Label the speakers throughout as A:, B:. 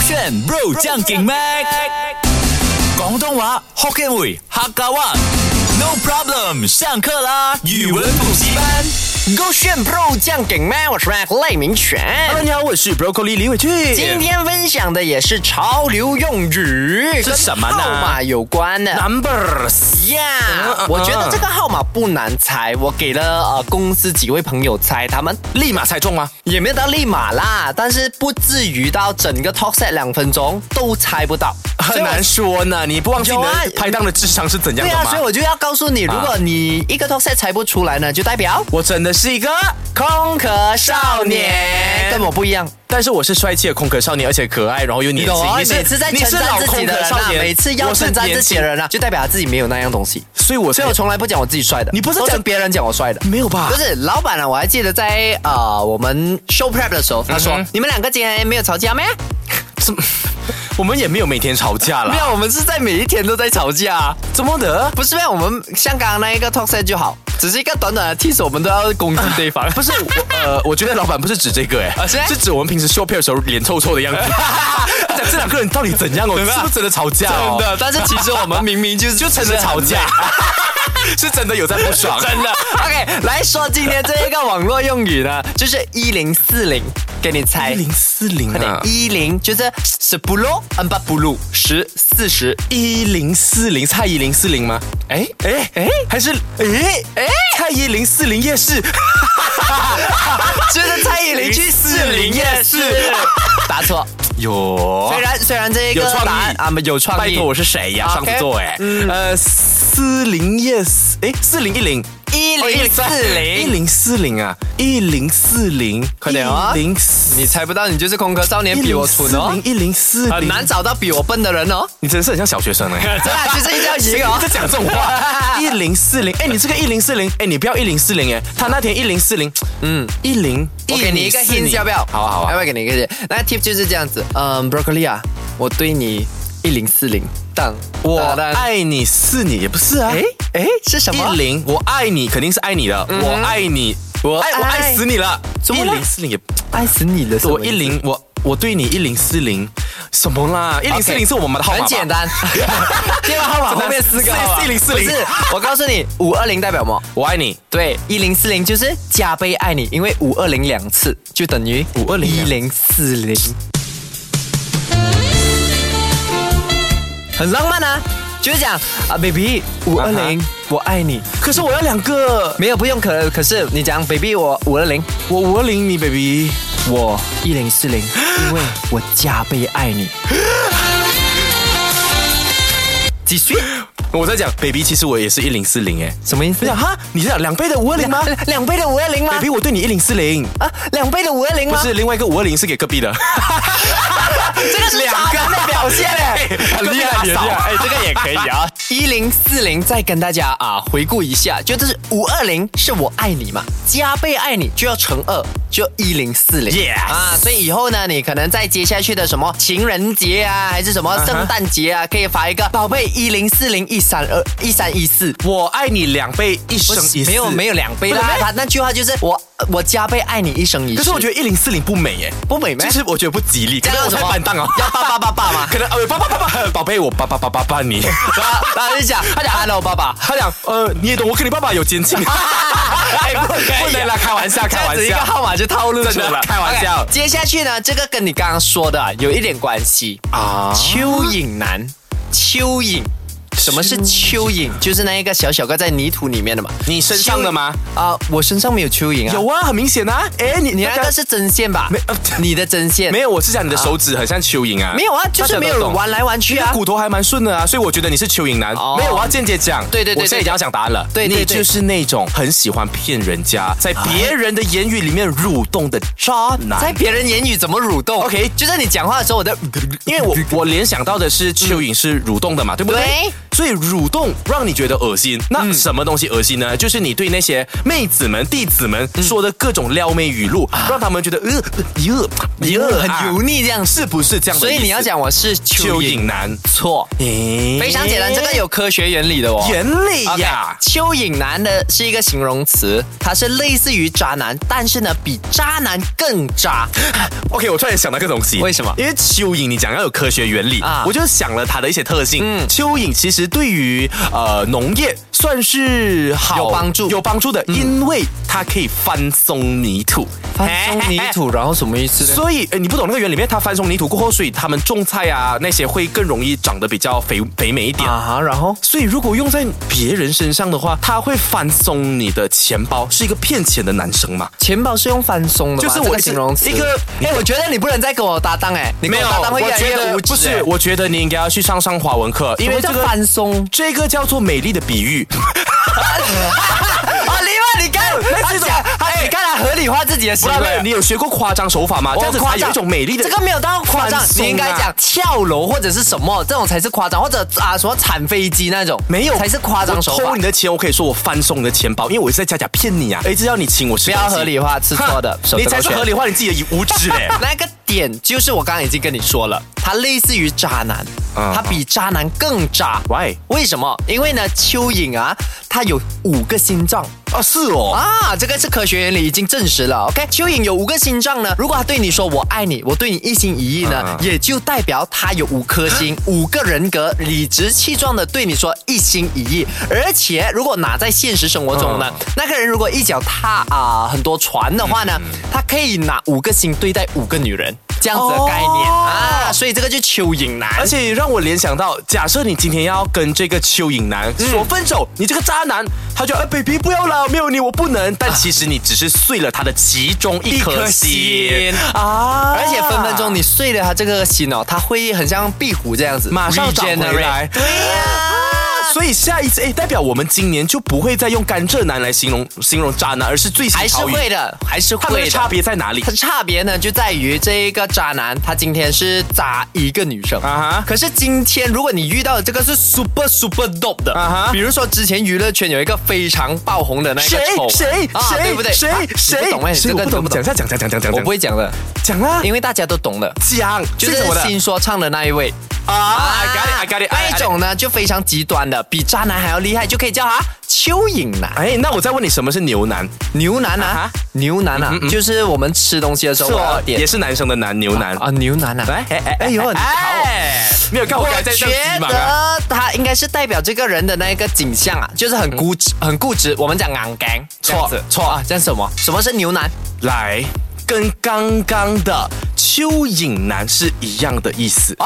A: 选 Bro 将劲 Mac，广东话 Hokkien 语客家话。No problem，上课啦！语文补习班。
B: 勾炫 Pro 酱给麦，我是 Mac 赖明全。
C: Hello，你好，我是 Broccoli 李伟俊。
B: 今天分享的也是潮流用语，
C: 是什么呢
B: 跟号码有关的。
C: Numbers，
B: Yeah，、
C: 嗯
B: 我觉得这个号码不难猜，我给了呃公司几位朋友猜，啊他们
C: 立马猜中吗？
B: 也没有到立马啦，但是不至于到整个 talk set 两分钟都猜不到，
C: 啊很难
B: 所
C: 说呢，你不忘记你
B: 有啊
C: 的拍档的智商是怎样
B: 以我。
C: 的
B: 对啊，
C: 吗？
B: 所以我就要告诉你，如果你一个 talk set 猜不出来呢，就代表
C: 我真的是一个，
B: 空壳少
C: 啊
B: 年，跟我不一样。
C: 但是我是帅气的空壳少年，而且可爱，然后又年
B: 有
C: 轻。
B: 啊，
C: 你是
B: 每次在
C: 你
B: 称
C: 是
B: 赞
C: 老
B: 自己
C: 空
B: 的
C: 壳
B: 人
C: 少
B: 啊，
C: 年，
B: 每次要
C: 我是
B: 称赞自己的
C: 年
B: 人啊，就代表他自己没有那样东西。
C: 轻，所以我
B: 所
C: 才
B: 以我从来不讲我自己帅的，
C: 你不是
B: 都
C: 讲
B: 是别人讲我帅的。
C: 没有吧
B: 不？是老板啊，我还记得在呃我们 show prep 的时候，他说、
C: 嗯哼
B: 你们两个今天没有吵架咩？
C: 怎么？ 我们也没有每天吵架
B: 没
C: 啦。
B: 有，我们是在每一天都在吵架啊，
C: 怎么的？
B: 不是咩？我们像刚刚那一个 talk set 就好，只是一个短短的 t 手，我们都要攻击对 方。
C: 不是我呃，我觉得老板不是指这个哎、
B: 啊是
C: 是指我们平时秀票的时候脸臭臭的 样子。讲这两个人到底怎样哦？
B: 么样
C: 是不是真的吵架、哦？
B: 真的，但是其实我们明明啊 就是啊就
C: 真的吵架，是 真的有在不爽，
B: 真的。OK，来说今天这一个网络用语呢，就是一零四零，给你猜。
C: 零四零
B: 快点，
C: 啊，
B: 一零就是十不露，嗯八不 露，十四十。
C: 一零四零蔡依林四零吗？哎哎哎，还是哎哎蔡依林四零夜市，
B: 就是蔡依林去四零夜市， 答错。
C: 有
B: 虽然虽然这个
C: 有创意
B: 答案啊没有创
C: 拜
B: 意，
C: 托我是谁呀？上
B: OK
C: 次做哎，呃四零夜市，哎四零一零。
B: 一零四
C: 一
B: 零，
C: 零四零啊，一零四零，
B: 快点啊
C: 一零四，
B: 你猜不到，你就是空壳少年比我蠢哦，
C: 一零四
B: 很
C: 零，
B: 难找到比我笨的人 哦。
C: 你真是很像小学生哎、
B: 这俩就是一定要
C: 谁
B: 赢 哦
C: 在。讲这种话？ 一零四零，哎，你这个一零四零，哎，你不要一零四零，哎，他那天一零四零，嗯，一零，
B: 我给你一个 hint 要不要？
C: 好啊好啊
B: 要不要给你一个 hint？那 tip 就是这样子，嗯，broccoli 啊，我对你一零四零，当
C: 我
B: 当当
C: 爱你是你，也不是啊，
B: 哎哎是什么嗯
C: 一？零，我爱你肯定是爱你的，我爱你，我哎爱我爱死你了，
B: 怎
C: 一
B: 么了
C: 零四零也，
B: 爱死你了，什
C: 我
B: 么意
C: 一
B: 思
C: 零我。我对你一零四零，什么啦？一零四
B: OK
C: 零是我们的号码吧，
B: 很 简单，电话号码后面四个号码，
C: 四四零四零
B: 不是，我告诉你，五二零代表什么？
C: 我爱你。
B: 对，一零四零就是加倍爱你，因为五二零两次就等于
C: 520
B: 一零四零，很浪漫啊！就是讲啊，baby，五二零，
C: 啊
B: 我爱你。
C: 可是我要两个，
B: 没有，不用可可是你讲，baby，我五二零，
C: 我五二零你 baby，
B: 我一零四零，因为我加倍爱 你。继续，
C: 我在讲 baby，其实我也是一零四零哎。
B: 什么意思
C: 我？想哈，你是两倍的五二零吗
B: 两两倍的五二零吗？
C: ？baby，我对你一零四零，
B: 啊，两倍的五二零
C: 不
B: 吗？
C: 是另外一个五二零是给隔壁的，
B: 这个是
C: 两
B: 渣
C: 个
B: 男的表现嘞，
C: 很 厉害很厉害哎
B: 这个也可以啊。 一零四零，再跟大家啊回顾一下，就这是五二零是我爱你嘛，加倍爱你就要乘二，就一零四零
C: Yes
B: 啊。所以以后呢，你可能在接下去的什么情人节啊，还是什么圣诞节啊，可以发一个宝贝一零四零一三二一三一四。
C: 我爱你两倍一
B: 不
C: 生
B: 是
C: 一世。
B: 没有没有。两倍
C: 不是
B: 啦
C: 咩，
B: 他那句话就是我我加倍爱你一生一世。
C: 可是我觉得一零四零不美哎，
B: 不美咩
C: 就是我觉得不吉利。
B: 这
C: 可
B: 样
C: 能
B: 有
C: 我太
B: 什么啊
C: 板凳哦，
B: 要爸爸爸爸 吗？
C: 可能呃，爸爸爸爸，宝贝，我爸爸爸爸爸 你。
B: 然后然后就啊讲，啊他讲 Hello 爸爸，
C: 他讲呃，你也懂，我跟你爸爸有奸 情。
B: 哎不可以啊
C: 不能啦开玩笑开玩笑
B: 这样子一个号码就套路出
C: 真
B: 来
C: 的，开玩笑
B: OK，接下去呢，这个跟你刚刚说的啊有一点关系
C: 啊
B: 蚯蚓男，蚯蚓。什么是蚯蚓？就是那一个小小个在泥土里面的嘛。
C: 你身上的吗
B: 蚯蚓？啊、我身上没有蚯蚓啊。
C: 有啊，很明显啊。哎，你
B: 你那
C: 大
B: 个
C: 家
B: 是针线吧？
C: 没呃
B: 你的针线
C: 没有，我是讲你的手指很像蚯蚓啊。
B: 没有啊，就是没
C: 大家都
B: 有
C: 懂
B: 玩来玩去啊。
C: 骨头还蛮顺的啊，所以我觉得你是蚯蚓男。
B: 哦
C: 没有，我要间接讲。
B: 对对对对
C: 我现在已经要讲答案了。
B: 对对对哎
C: 你就是那种很喜欢骗人家，在别人的言语里面蠕动的渣
B: 在
C: 男。
B: 别人言语怎么蠕动
C: OK
B: 就是你讲话的时候，我的，
C: 因为我我联想到的是蚯蚓是蠕动的嘛，对不对？
B: 对
C: 所以蠕动让你觉得恶心。
B: 嗯
C: 那什么东西恶心呢？就是你对那些妹子们、弟子们说的各种撩妹语录，让他们觉得呃呃呃
B: 啊哦很油，
C: 啊
B: 腻这样子。
C: 是不是这样的意思？
B: 所以你要讲我是蚯
C: 蚯
B: 蚓
C: 蚓男，
B: 错，非
C: 非
B: 常简单，这个有科学原理的哦。
C: 原理
B: OK，
C: 呀。
B: 蚯蚓男的是一个形容词，它是类似于渣男，但是呢，比渣男更渣。
C: OK，我突然想到个东西，
B: 为什么
C: 因为蚯蚓你讲要有科学原理
B: 啊
C: 啊，我就想了它的一些特性。
B: 嗯
C: 蚯蚓其实对于呃农业算是好
B: 有帮助嗯
C: 有帮助的，因为它可以翻松泥土，
B: 翻松泥土，然后什么意思 呢？
C: 所以呃你不懂那个原理，因为它翻松泥土过后，所以他们种菜啊那些会更容易长得比较肥肥美一点。
B: 啊哈，然后
C: 所以，如果用在别人身上的话，它会翻松你的钱包，是一个骗钱的男生嘛？
B: 钱包是用翻松的吗，
C: 就是我
B: 这个形容词。
C: 一个
B: 哎，我觉得你不能再跟我搭档哎，你跟
C: 没有，
B: 我搭档会
C: 我
B: 越来
C: 觉
B: 越
C: 得
B: 无知。
C: 不是
B: 哎，
C: 我觉得你应该要去上上华文课，因
B: 什
C: 为
B: 么叫
C: 这个
B: 翻 松？
C: 这个叫做美丽的比 喻。
B: 啊，另外你看，他
C: 这种
B: 讲他只看他合理化自己的行
C: 哎不然
B: 为
C: 呢，。你有学过夸张手法吗？这样子才有一种美丽的。
B: 这个没有到夸张
C: 宽，松啊
B: 你应该讲跳楼或者是什么，这种才是夸张，或者啊什么铲飞机那种，
C: 没有
B: 才是夸张手
C: 我
B: 法
C: 偷你。的钱，我可以说我翻送你的钱包，因为我是在家家骗 你啊！哎，只要你请我吃
B: 不
C: 东西，
B: 要合理化，是错的，
C: 你才是合理
B: 化。
C: 化你自己的无知
B: 。
C: 嘞
B: 那个点就是我刚刚已经跟你说了，它类似于渣男，
C: 嗯
B: 它比渣男更渣。
C: Why？
B: 为什么？因为呢，蚯蚓啊，它有五个心脏。
C: 啊，是哦，
B: 啊，这个是科学原理已经证实了。OK，蚯蚓有五个心脏呢。如果他对你说“我爱你”，我对你一心一意呢，
C: 嗯
B: 也就代表他有五颗
C: 啊
B: 星、五个人格，理直气壮的对你说一心一意。而且，如果拿在现实生活中
C: 啊
B: 呢，那个人如果一脚踏啊、很多船的话呢，
C: 嗯
B: 他可以拿五个星对待五个女人，这样子的概念、
C: 哦哎
B: 啊。所以这个就蚯蚓男。
C: 而且让我联想到，假设你今天要跟这个蚯蚓男
B: 嗯
C: 说分手，你这个渣男，他就哎，baby 不要啦，没有你我不能。但其实你只是碎了他的其中一颗心啊，
B: 而且分分钟你碎了他这个心哦，他会很像壁虎这样子，
C: 马上长回
B: regenerate
C: 来。
B: 对呀、
C: 所以下一次，哎，代表我们今年就不会再用甘蔗男来形容形容渣男，而是最
B: 还
C: 新
B: 是
C: 潮语。
B: 会的，还是
C: 他们的
B: 会的。
C: 差别在哪里
B: 它？的差别呢，就在于这个渣男，他今天是渣一个女生啊
C: 啊哈
B: 可是今天如果你遇到的这个是 super super dope 的
C: 啊哈
B: 比如说之前娱乐圈有一个非常爆红的那个
C: 谁
B: 丑
C: 谁
B: 啊
C: 谁
B: 对不对？
C: 谁
B: 啊你不
C: 谁
B: 懂哎，
C: 谁
B: 这
C: 我
B: 个
C: 不
B: 懂
C: 懂，
B: 不
C: 讲
B: 懂？
C: 一下讲讲讲讲讲，
B: 我不会讲的，
C: 讲啦，
B: 因为大家都懂的。
C: 讲
B: 就是
C: 我的
B: 新说唱的那一位
C: 啊，I got it，I got it，
B: 那一。种呢就非常极端的，比渣男还要厉害，就可以叫
C: 啊
B: 他蚯蚓男。
C: 哎，那我再问你，什么是牛腩？
B: 牛腩啊
C: 啊哈，
B: 牛腩啊，就是我们吃东西的时候我要点
C: 也是哦男生的男牛腩。
B: 啊，牛腩啊！
C: 哎哎哎
B: 哎呦，你好。
C: 哎，没有看我
B: 我
C: 刚才在
B: 觉
C: 这样急忙啊。
B: 得他应该是代表这个人的那个景象啊，就是很固执，很固执。我们讲昂干，
C: 错
B: 错啊，这样什么？什么是牛腩？
C: 来，跟刚刚的蚯蚓男是一样的意思。
B: 哦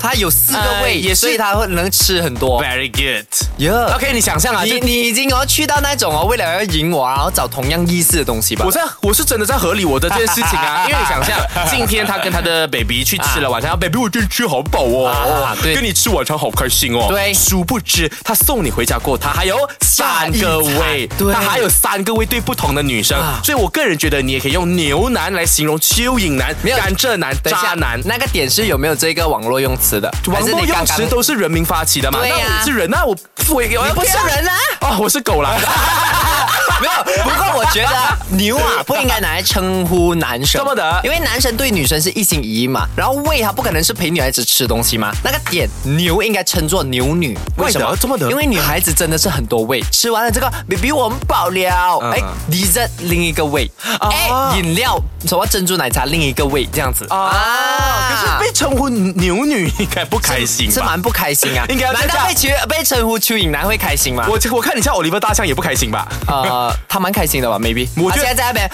B: 它有四个
C: 呃
B: 胃，
C: 也是
B: 所以它会能吃很多。
C: Very good。
B: 哟
C: OK，你想象啊，就
B: 你你已经哦去到那种哦，为了要赢我啊，然后找同样意思的东西吧
C: 我。在我是真的在合理我的这件事情 啊，因为你想象，今天他跟他的 baby 去吃了晚餐、b a b y 我今天吃好饱哦，
B: 啊对
C: 跟你吃晚餐好开心哦。
B: 对
C: 殊不知他送你回家过，他还有三个
B: 下一
C: 位，
B: 餐对
C: 他还有三个位对不同的女生，
B: 啊
C: 所以我个人觉得你也可以用牛腩来形容蚯蚓男、
B: 没有
C: 甘蔗男、
B: 等一下
C: 渣男。
B: 那个点是有没有这个网络用词的？
C: 网
B: 还是
C: 络
B: 你
C: 用
B: 刚刚
C: 词都是人民发起的嘛？
B: 对呀
C: 那我是人啊，我我也我
B: 你不是人啊？
C: 哦，我是狗啦。
B: 没有，不过我觉得牛啊不应该拿来称呼男生，
C: 这么的
B: 因为男生对女生是一心一意嘛，然后喂他不可能是陪女孩子吃东西嘛，那个点牛应该称作牛女，为什
C: 为什么
B: 么
C: 这么的
B: 因为女孩子真的是很多胃，吃完了这个 baby 我们饱了，
C: 嗯
B: 哎、dessert 另一个胃，
C: 啊
B: 哎、饮料什么珍珠奶茶另一个胃这样子
C: 啊，可是被称呼牛女应该不开心
B: 是
C: 吧？
B: 蛮不开心啊，
C: 应该要
B: 难道
C: 这样
B: 被取被称呼蚯蚓男会开心吗？
C: 我我看你像 Oliver 大象也不开心吧？
B: 呃，他蛮开心的吧，maybe。
C: 我
B: 他
C: 觉得
B: 现在在那边，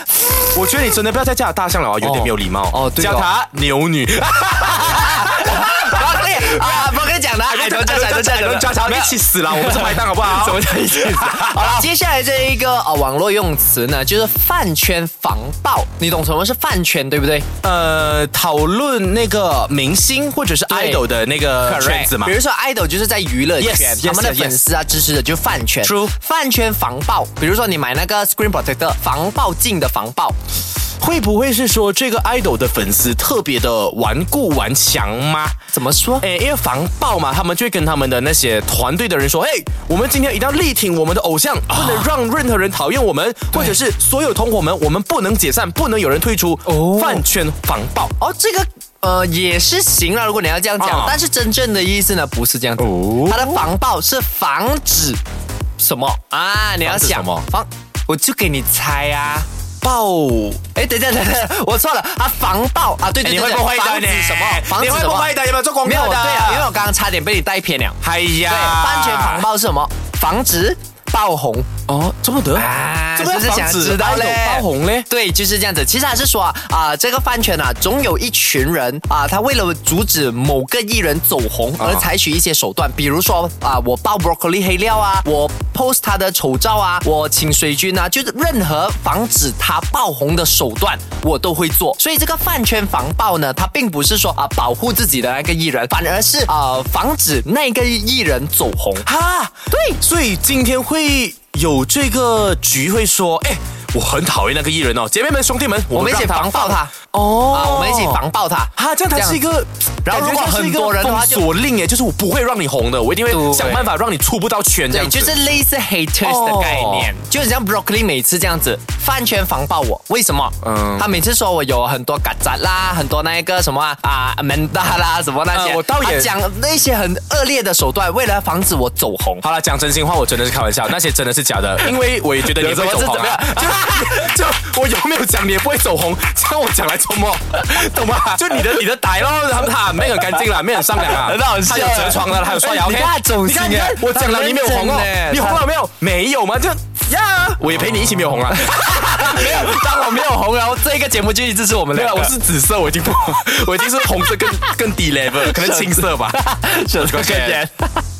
C: 我觉得你真的不要再叫他大象了啊，有点没有礼貌
B: 哦对哦
C: 叫他牛女。
B: 不要跟你啊，不要跟你讲的，
C: 哎
B: 矮头加矮头加矮头
C: 加
B: 加，
C: 长，一啊起死了，我们是拍档好不 好？怎么叫一起死？
B: 好了，接下来这一个呃网络用词呢，就是饭圈防爆，你懂什么是饭圈对不对？
C: 呃，讨论那个明星或者是
B: 对
C: idol 的那个呃圈子嘛
B: 比。如说 idol 就是在娱乐圈
C: Yes，
B: 他们的
C: yes，
B: 粉丝啊、支持者就是饭圈。
C: True
B: 饭圈防爆，比如说你买那个 screen protector 防爆镜的防爆，
C: 会不会是说这个 idol 的粉丝特别的顽固顽强吗？
B: 怎么说？
C: 哎，因为防爆嘛，他们就会跟他们的那些团队的人说，
B: 啊
C: 哎，我们今天一定要力挺我们的偶像，不能让任何人讨厌我们，或者是所有同伙们，我们不能解散，不能有人退出，
B: 哦
C: 饭圈防爆。
B: 哦，这个呃也是行了，如果你要这样讲，
C: 啊
B: 但是真正的意思呢不是这样子，
C: 哦
B: 它的防爆是防止什么啊？你要
C: 防止
B: 想
C: 什么
B: 防，我就给你猜啊。
C: 爆，
B: 哎，等一下，等一下，我错了啊！防爆啊，对对对，
C: 你会
B: 对
C: 不会的
B: 防止
C: 呢
B: 什么？防止
C: 哎你会
B: 什么
C: 不会的有没有做广告
B: 没有，
C: 的
B: 对啊，因为我刚刚差点被你带偏了。
C: 哎呀，
B: 对，饭圈防爆是什么？防止爆红
C: 哦，这么得，
B: 啊
C: 这么要
B: 是不是想
C: 防止
B: 知道
C: idol
B: 嘞
C: 爆红嘞？
B: 对，就是这样子。其实还是说啊、这个饭圈啊，总有一群人啊，他为了阻止某个艺人走红而采取一些手段，比如说啊，我爆 broccoli 黑料啊，我 post 他的丑照啊，我请水军啊，就是任何防止他爆红的手段，我都会做。所以这个饭圈防爆呢，它并不是说啊保护自己的那个艺人，反而是啊防止那个艺人走红。
C: 哈，
B: 对
C: 所以今天会有这个局会说，哎，我很讨厌那个艺人哦，姐妹们、兄弟们，
B: 我们一起
C: 让他
B: 防爆他
C: 哦
B: 啊，我们一起防爆他。
C: 哈，这样才是一个。
B: 然后
C: 感觉
B: 如果
C: 像是一个
B: 很多人的话
C: 封
B: 就
C: 锁令哎，就是我不会让你红的，我一定会
B: 对
C: 想办法让你出不到圈这
B: 对，
C: 样子。
B: 就是类似 haters 的概念，哦就很像 broccoli 每次这样子饭圈防爆我，为什么？
C: 嗯
B: 嗯，他每次说我有很多嘎杂啦，很多那个什么啊啊 Amanda 啦，什么那些，
C: 呃我倒也
B: 他讲那些很恶劣的手段，为了防止我走红。
C: 好了，讲真心话，我真的是开玩笑，那些真的是假 的，因为我也觉得你也不会
B: 有什么
C: 走
B: 是
C: 红、啊
B: 怎。
C: 就就我有没有讲你也不会走红，这样我讲来做梦， 懂吗？就你的你的歹咯，他们他没很干净啦，没很上良啊，
B: 很好笑
C: 他有折窗的，他有刷牙。
B: 哎
C: OK？
B: 你看他走心
C: 你看你看
B: 哎
C: 我讲了你没有红
B: 他
C: 哦
B: 很认真哎，
C: 你红了没有？没有吗？就呀，我也陪你一起没有红 啊。
B: 没有，当我没有红，然后这个节目就一直是啊我们
C: 没有，啊
B: 两个。
C: 我是紫色， 我已经 不，我已经是红色更更低 level，可能青色吧。
B: 什么
C: OK
B: 概念？